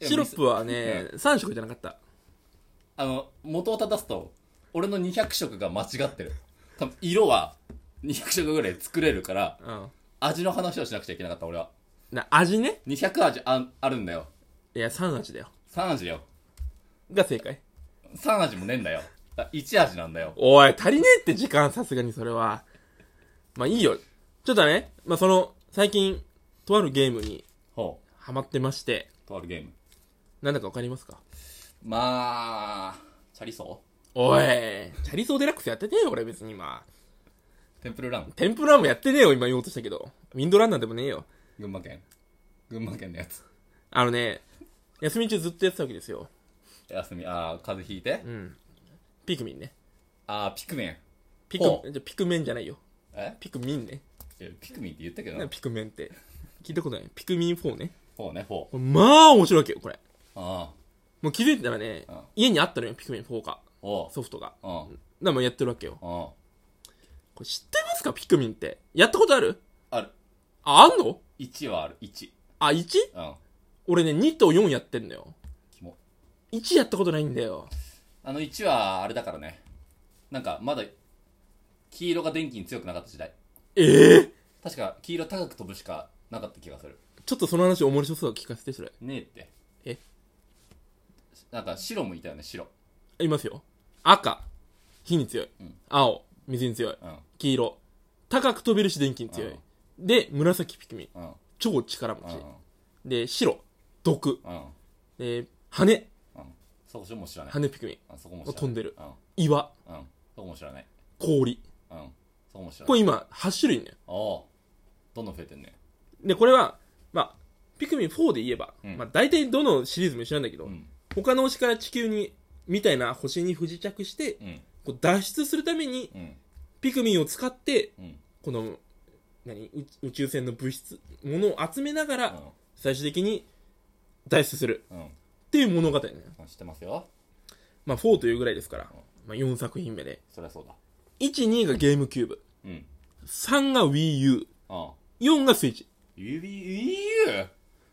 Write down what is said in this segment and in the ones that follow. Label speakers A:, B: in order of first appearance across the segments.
A: シロップはね、3色じゃなかった。
B: あの、元を正すと、俺の200色が間違ってる。多分、色は200色ぐらい作れるから、
A: うん。
B: 味の話をしなくちゃいけなかった、俺は。
A: な、味ね。
B: 200味ああるんだよ。
A: いや、3味だよ。
B: 3味よ。
A: が正解。
B: 3味もねえんだよ。だ1味なんだよ。
A: おい、足りねえって時間、さすがにそれは。まあいいよ。ちょっとね、まあその、最近、とあるゲームに
B: ほ
A: ハマってまして、
B: う。とあるゲーム。
A: なんだかわかりますか
B: まあ、チャリソ
A: おい、チャリソーデラックスやってねえよ、俺別に今。
B: ーテンプルラン。
A: テンプラもやってねえよ、今言おうとしたけど。ウィンドランナーでもねえよ。
B: 群馬県。群馬県のやつ。
A: あのね、休み中ずっとやってたわけですよ。
B: 休み、ああ、風邪ひいて。
A: うん。ピクミンね。
B: ああ、ピクミン。
A: ピ
B: ほ
A: ク、じゃピクメンじゃないよ。
B: え
A: ピクミンね。
B: いやピクミンって言ったけど
A: な
B: な
A: んか。ピクメンって。聞いたことない。ピクミン4ね。
B: ほうね、ほう。
A: これまあ面白いわけよ、これ。
B: ああ、
A: もう気づいてたらね
B: うん、
A: 家にあったのよ、ピクミン4か。
B: おう。
A: ソフトが。
B: うん。うん。
A: だからもうやってるわけよ。これ知ってますか、ピクミンって。やったことある
B: ある。
A: あ、あんの
B: 1はある。1。
A: あ、1?
B: うん。
A: 俺ね、2と4やってんだよ。
B: キモ。
A: 1やったことないんだよ。
B: あの1はあれだからね。なんかまだ黄色が電気に強くなかった時代。
A: ええ
B: 確か黄色高く飛ぶしかなかった気がする。
A: ちょっとその話面白そうだから聞かせて、それ。
B: ねえって。
A: え
B: なんか白もいたよね、白。
A: いますよ。赤、火に強い。
B: うん
A: 青、水に強い。
B: うん。
A: 黄色、高く飛べるし電気に強い。で、紫ピクミン、
B: うん。
A: 超力持
B: うん。う
A: ち。
B: ん。
A: で、白、毒。
B: うん。
A: で、羽、
B: うんそこも知らない。
A: 羽ピクミン。
B: うんそこも知らない。
A: 飛んでる。
B: うん。うん。
A: 岩、
B: そこも知らない。
A: 氷。
B: うん。そこも知ら
A: こ
B: ない。
A: れ今、8種類ね。
B: おうどんどん増えてんね。
A: で、これは、まあ、ピクミン4で言えば、
B: うん
A: まあ大体どのシリーズも一緒なんだけど、
B: うん。
A: 他の星から地球に、みたいな星に不時着して、
B: うん。
A: こう脱出するために、
B: うん。
A: ピクミンを使って、
B: うん。
A: この、何宇宇宙船の物質、ものを集めながら、最終的に脱出する
B: うん。
A: っていう物語ね。
B: うん。知ってますよ。
A: まあ4というぐらいですから、まあ4作品目で。
B: そりゃそうだ。
A: 1、2がゲームキューブ、
B: うん。
A: 3が Wii U、
B: うん。
A: 4がスイッチ。
B: 指、
A: Wii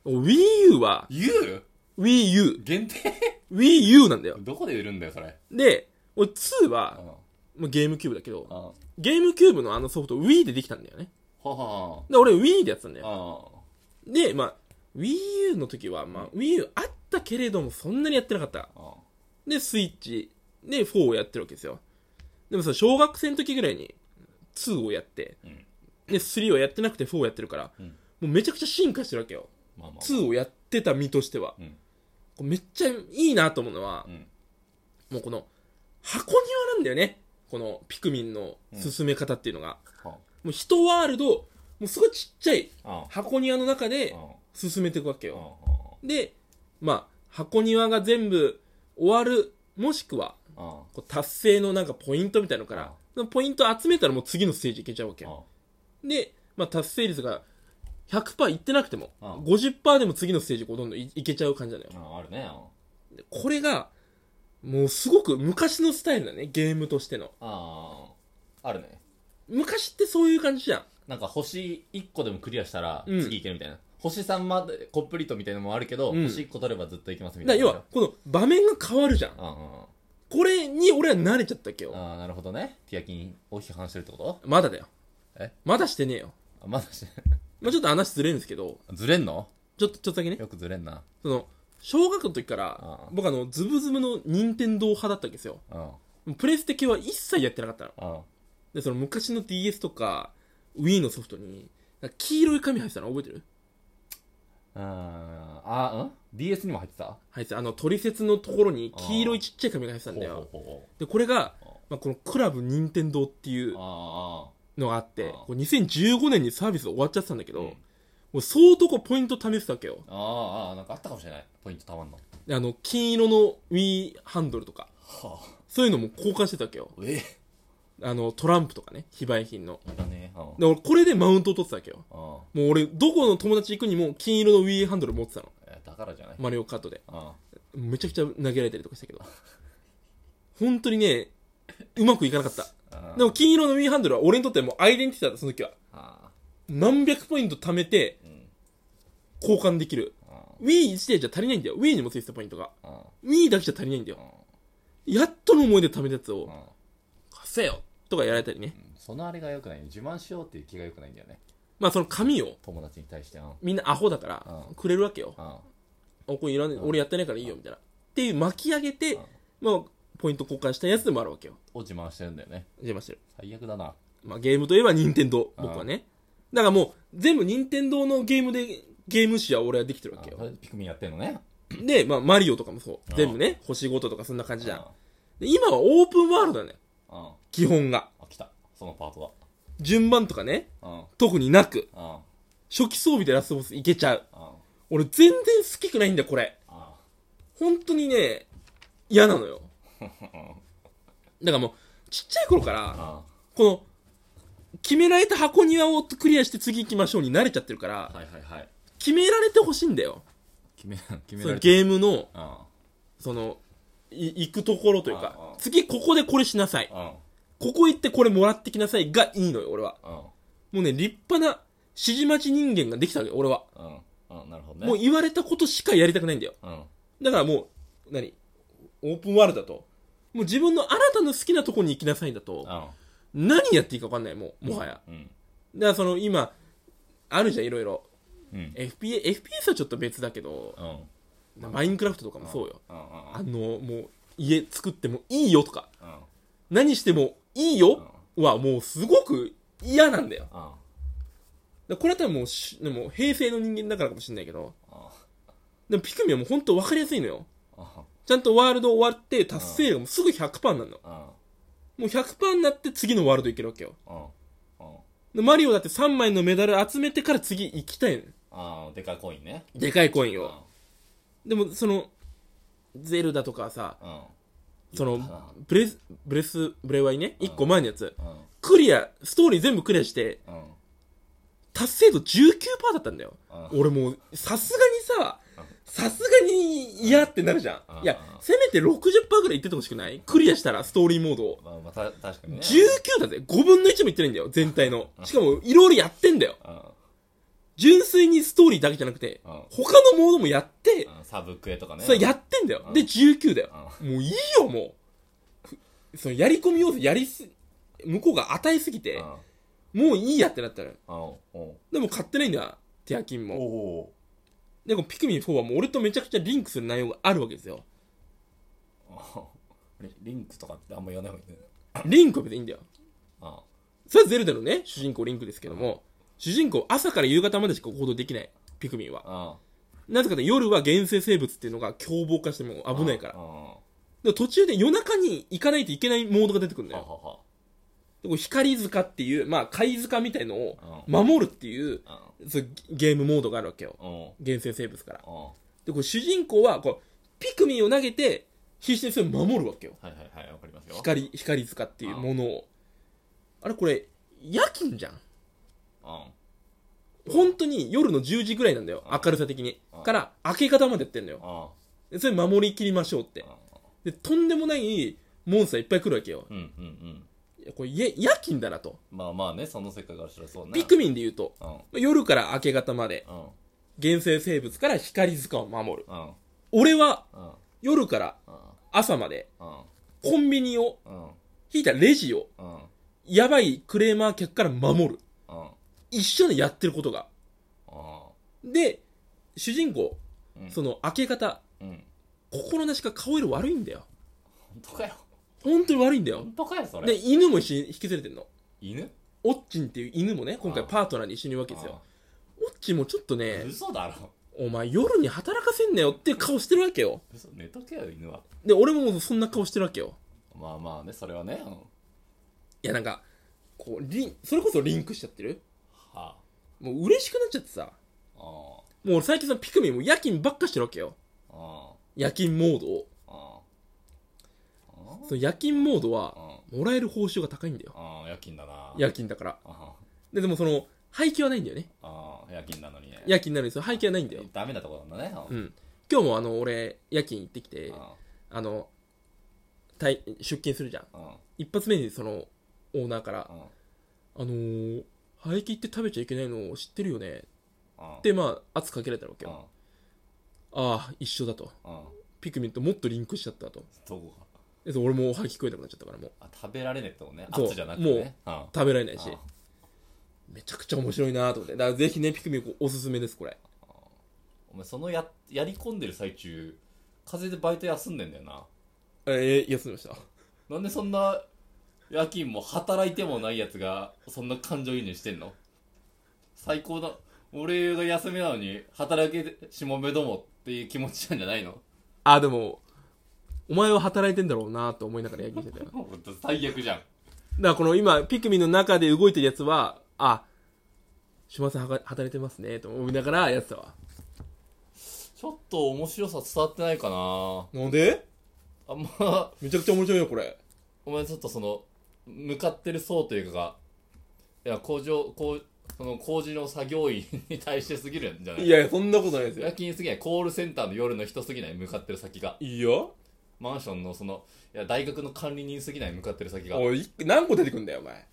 A: U は、
B: U?U?
A: Wii U、
B: 限定
A: Wii U なんだよ。
B: どこで売るんだよ、それ。
A: で、俺2
B: う
A: は
B: ん。、うん。
A: まあ、ゲームキューブだけど、
B: は
A: ゲームキューブのあのソフト Wii でできたんだよね。
B: はは
A: で、俺 Wii でやってたんだよ。
B: は。
A: で、まあ、Wii U の時は、まあ、Wii U あったけれども、そんなにやってなかった。
B: うん。うん。
A: で、スイッチで4をやってるわけですよ。でもさ、小学生の時ぐらいに2をやって、
B: うん
A: で、3をやってなくて4をやってるから、
B: うん
A: もうめちゃくちゃ進化してるわけよ。
B: まあまあ。
A: 2をやってた身としては。
B: うん。
A: これめっちゃいいなと思うのは
B: う、ん。
A: もうこの、箱庭なんだよね。このピクミンの進め方っていうのが。
B: は
A: もう一ワールド、もうすごいちっちゃい
B: あ。
A: 箱庭の中で
B: うん。
A: 進めていくわけ
B: うん。
A: よ。
B: う
A: で、まあ、箱庭が全部終わる、もしくは、
B: ん。うん。
A: こう達成のなんかポイントみたいのから、そのポイント集めたらもう次のステージいけちゃうわけよ。で、まあ、達成率が100%いってなくても、
B: うん
A: 50%でも次のステージこうどんどんいいけちゃう感じなのよ。
B: うん。あるね。
A: でこれが、もうすごく昔のスタイルだね、ゲームとしての。
B: ああ。あるね。
A: 昔ってそういう感じじゃん。
B: なんか星1個でもクリアしたら
A: うん
B: 次いけるみたいな。星3までコップリートみたいなのもあるけど、
A: うん
B: 星1個取ればずっといきますみ
A: だ
B: た
A: から
B: いな。
A: 要は、この場面が変わるじゃ
B: う
A: ん。
B: んうんうん。
A: これに俺は慣れちゃったっけよ。
B: ああ、なるほどね。ティアキンを批判してるってこと
A: まだだよ。
B: え
A: まだしてねえよ。
B: あまだし、
A: まあ、ちょっと話ずれるんですけど、
B: ずれんの
A: ちょっと、ちょっとだけね。
B: よくずれんな。
A: その、小学校の時から、
B: うん
A: 僕あの、ズブズブの任天堂派だったわけですよ。
B: うん。
A: プレステ系は一切やってなかったの。
B: うん。
A: で、その昔の DS とか、Wii のソフトに、なんか黄色い紙入ってたの覚えてる
B: うんあ、うん ?DS にも入ってた
A: 入ってた。あの、トリセツのところに黄色いちっちゃい紙が入ってたんだ
B: ほう
A: よ。
B: ほうほ
A: で、これが
B: うん、
A: まあ、このクラブ任天堂っていう
B: うあ
A: のがあって
B: うん、
A: こう2015年にサービス終わっちゃってたんだけど、
B: うん
A: もう相当こうポイント貯めてたわけよ。
B: あ、ああ、ああ、なんかあったかもしれない。ポイントたまんの。
A: であの、金色の Wii ハンドルとか、
B: はあ。
A: そういうのも交換してたわけよ。
B: え
A: あの、トランプとかね、非売品の。
B: いらねえ。うん。
A: で、俺これでマウントを取ってたわけよ。
B: うん
A: もう俺、どこの友達行くにも金色の Wii ハンドル持ってたの。
B: えだからじゃない。
A: マリオカートで。
B: うん。
A: めちゃくちゃ投げられたりとかしたけど。本当にね、うまくいかなかった。
B: うん
A: でも金色の Wii ハンドルは俺にとってはもうアイデンティティだった、その時は。
B: ああ。
A: 何百ポイント貯めて
B: うん。
A: 交換できる
B: うん
A: Wii 自体じゃ足りないんだよ。Wii にもついてたポイントが。
B: うん
A: Wii だけじゃ足りないんだよ。やっとの思いで貯めたやつを
B: う、ん
A: 貸せよとかやられたりね。
B: そのあれが良くない自慢しようっていう気が良くないんだよね
A: まあその紙を、
B: 友達に対してうんうん
A: みんなアホだから
B: う、ん
A: くれるわけよ。
B: あ
A: あこれいらねえ
B: うん
A: 俺やってないからいいよみたいな。っていう巻き上げて
B: うん、
A: まあ、ポイント交換したやつでもあるわけよ。
B: を自慢してるんだよね
A: 邪魔してる。
B: 最悪だな
A: まあゲームといえば任天堂
B: うん
A: 僕はね。だからもう、全部任天堂のゲームで、ゲーム誌は俺はできてるわ
B: あ
A: け
B: そ
A: よ。
B: れでピクミンやってんのね
A: で、まあ、マリオとかもそう
B: う。ん
A: 全部ね、星ごととかそんな感じじゃ
B: うん
A: ん。で今はオープンワールドだね。
B: うん
A: 基本が。
B: あ来たそのパート
A: 順番とかね、
B: だうん
A: 特になく、
B: うんうん
A: 初期装備でラスボスいけちゃう。
B: あ
A: 俺全然好きくないんだよ、これ。
B: あ
A: 本当にね、嫌な のよ。だからもう、ちっちゃい頃から、
B: あ
A: この、決められた箱庭をクリアして次行きましょうに慣れちゃってるから、
B: はいはいはい
A: 決められてほしいんだよ。
B: 決め決め
A: そ
B: ら
A: の
B: れて
A: ゲームの、
B: うん
A: その、い行くところという
B: あああ
A: か
B: あ、
A: 次ここでこれしなさい。
B: うん
A: ここ行ってこれもらってきなさいがいいのよ、俺は。
B: う
A: もうね、立派な指示待ち人間ができたわけ、俺は。
B: んうんうんなるほどね
A: もう言われたことしかやりたくないんだよ。
B: うん
A: だからもう、何オープンワールドだと。もう自分のあなたの好きなとこに行きなさいんだと、
B: う
A: 何やっていいか分かんない、もう、
B: ん
A: もはや。
B: うん
A: だからその今、あるじゃん、いろいろ。
B: うん
A: FPS、FPS はちょっと別だけど、
B: うん
A: マインクラフトとかもそうよ。
B: うんうん
A: あの、もう、家作ってもいいよとか、
B: うんうん
A: 何してもいいよはもうすごく嫌なんだよ。だか
B: うん
A: らこれは多分もうし、でも平成の人間だからかもしれないけど、
B: あ
A: でもピクミンはもう本当分かりやすいのよ。
B: あ
A: ちゃんとワールド終わって達成がもうすぐ100%になるの。
B: あ
A: もう100%になって次のワールド行けるわけよ。
B: うんうん
A: でマリオだって3枚のメダル集めてから次行きたいのよ
B: ああでかいコインね
A: でかいコイン
B: うん
A: を。でもその、ゼルダとかさ、
B: うん
A: そ
B: うん
A: の、ブレス、ブレス、ブレワイね、
B: うん
A: 1個前のやつ、
B: うん
A: クリア、ストーリー全部クリアして、
B: うん
A: 達成度19%だったんだよ。
B: うん
A: 俺もう、さすがにさ
B: うん、
A: さすがに嫌ってなるじゃ
B: うん
A: ん。いや、せめて60%ぐらいいっててほしくないクリアしたら、ストーリーモードを。
B: まあまあた確かにね
A: 19だぜ。5分の1もいってないんだよ、全体の。しかも、いろいろやってんだよ。
B: うんうん
A: 純粋にストーリーだけじゃなくて、
B: うん
A: 他のモードもやって、
B: サブクエとかね
A: それやってんだよ
B: う。ん
A: で、19だよ。もういいよ、もう。そのやり込み要素やりす、向こうが与えすぎ
B: うん
A: て
B: う、ん
A: もういいやってなったら。
B: おお
A: でも買ってないんだ、テアキン
B: お
A: も。
B: お
A: で、このピクミン4はもう俺とめちゃくちゃリンクする内容があるわけですよ。
B: リリンクとかってあんま言わない方がいいね
A: リンクは別にいいんだよ。
B: あ
A: それはゼルダのね、主人公リンクですけども、主人公朝から夕方までしか行動できない、ピクミンは。
B: あ
A: なぜかというと夜は原生生物っていうのが凶暴化してもう危ないから
B: う。んは
A: で途中で夜中に行かないといけないモードが出てくるんだ
B: は
A: よ。
B: は
A: でこれ光塚っていう、まあ貝塚みたいのを
B: うん
A: 守るっていう、
B: うん
A: そうゲームモードがあるわけよ。
B: うん
A: 原生生物から。
B: うんは
A: で、これ主人公は、こう、ピクミンを投げて、必死にそれを守るわけよ。
B: いはいはいわかりますよ
A: 光、光塚っていうものを。あれこれ、夜勤じゃん。
B: うん
A: 本当に夜の10時ぐらいなんだよ。明るさ的に
B: うん。
A: から、明け方までやってんのよ。
B: あ
A: でそれ守りきりましょうって。で、とんでもないモンスターいっぱい来るわけよ。
B: うんうんうん
A: いやこれ、夜夜勤だなと。
B: まあまあねその世界からしたらそうね
A: ピクミンで言うと、
B: うん
A: まあ夜から明け方まで、
B: うん
A: 原生生物から光塚を守る。
B: うん
A: 俺は、
B: うん
A: 夜から
B: うん
A: 朝まで、
B: うん
A: コンビニを、
B: うん
A: 引いたらレジを、
B: うん
A: やばいクレーマー客から守る。
B: うん
A: 一緒にやってることが。で、主人公、
B: うん
A: その明け方、
B: うん
A: 心なしか顔色悪いんだよ。
B: 本当かよ
A: 本当に悪いんだよ
B: 本。当かよそ
A: で、
B: れ
A: 犬も一緒に引き連れてんの。
B: 犬
A: オッチンっていう犬もね、今回パートナーに一緒にいるわけですよ。オッチンもちょっと
B: あ
A: ね、
B: 嘘だろ
A: お前夜に働かせんなよっていう顔してるわけよ。
B: 嘘寝とけよ犬は
A: で、俺ももうそんな顔してるわけよ。
B: まあまあねそれはねうん
A: いやなんか、こう、リン、それこそリンクしちゃってる
B: は
A: もう嬉しくなっちゃってさ。
B: あ
A: もう俺最近さ、ピクミンも夜勤ばっかしてるわけよ。
B: ああ
A: 夜勤モードを。
B: ああ
A: その夜勤モードは、
B: あ
A: もらえる報酬が高いんだよ。
B: あ夜勤だな
A: 夜勤だから。
B: あ
A: で、でもその、廃棄はないんだよね。
B: あ夜勤なのにね
A: 夜勤なのにその廃棄はないんだよ。
B: ダメなとこなんだね
A: う
B: うん
A: ん。今日もあの、俺、夜勤行ってきて、
B: あ
A: あの、退出勤するじゃん。
B: あ
A: 一発目にその、オーナーから、
B: あ
A: あのー、廃棄って食べちゃいけないの知ってるよね。
B: あ
A: で、まあ、圧かけられたわけよ。
B: あ
A: ああ、一緒だと。
B: うん
A: ピクミンともっとリンクしちゃったと。
B: どこが
A: で俺もう吐き食えなくなっちゃったからもう
B: あ食べられねえってことね
A: そう
B: 圧じゃなくてねうん
A: 食べられないし
B: あ
A: めちゃくちゃ面白いなと思ってだからぜひねピクミンおすすめですこれ
B: お前そのややり込んでる最中風邪でバイト休んでんだよな
A: えー、休みました
B: なんでそんな夜勤も働いてもないやつがそんな感情移入してんの最高だ俺が休みなのに働けしもべどもっていう気持ちなんじゃないの
A: あでもお前は働いてんだろうなと思いながら夜勤してたよだか
B: ほんと最悪じゃん
A: らこの今ピクミンの中で動いてるやつはあ島田さんはが働いてますねと思いながらやってたわ
B: ちょっと面白さ伝わってないかな
A: なんで
B: あんま
A: めちゃくちゃ面白いよこれ
B: お前ちょっとその向かってる層というかがいや工場工その工事の作業員に対してすぎるんじゃない
A: いやいやそんなことないです
B: 夜
A: よ
B: 勤すぎないコールセンターの夜の人すぎない向かってる先が
A: いいよ
B: マンションのそのいや大学の管理人すぎない向かってる先が
A: おいい何個出てくんだよお前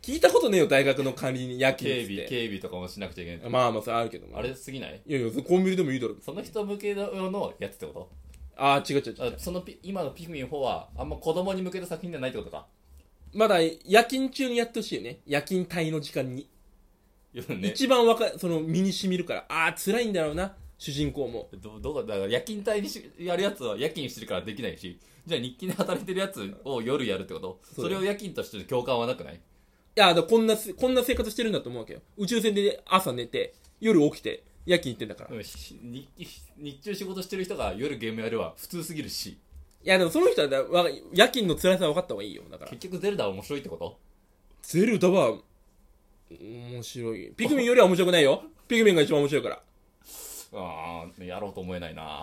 A: 聞いたことねえよ大学の管理人夜勤
B: 警
A: っつ
B: 備
A: って
B: 警備とかもしなくちゃいけない
A: まあまあそれあるけども
B: あれすぎない
A: いやいやそれコンビニでもいいだろ
B: その人向けの用のやつってこ
A: ああ違う違う
B: とあ
A: 違う
B: そのピ今のピクミン4はあんま子供に向けた作品じゃないってことか
A: まだ夜勤中にやってほしいよね夜勤帯の時間に、
B: 夜ね
A: 一番わかその身にしみるからああ辛いんだろうな主人公も
B: どどうかだから夜勤帯にしやるやつは夜勤してるからできないしじゃあ日勤で働いてるやつを夜やるってこと
A: そ
B: そう
A: だ
B: れ
A: よ
B: を夜勤としての共感はなくない
A: いやだからこんなすこんな生活してるんだと思うわけよ宇宙船で朝寝て夜起きて夜勤行ってんだから、
B: う
A: い
B: んし日日中仕事してる人が夜ゲームやるは普通すぎるし
A: やでもその人はだわ夜勤の辛さ分かった方がいいよだから
B: 結局ゼルダは面白いってこと
A: ゼルダは面白いピクミンよりは面白くないよピクミンが一番面白いから
B: ああやろうと思えないな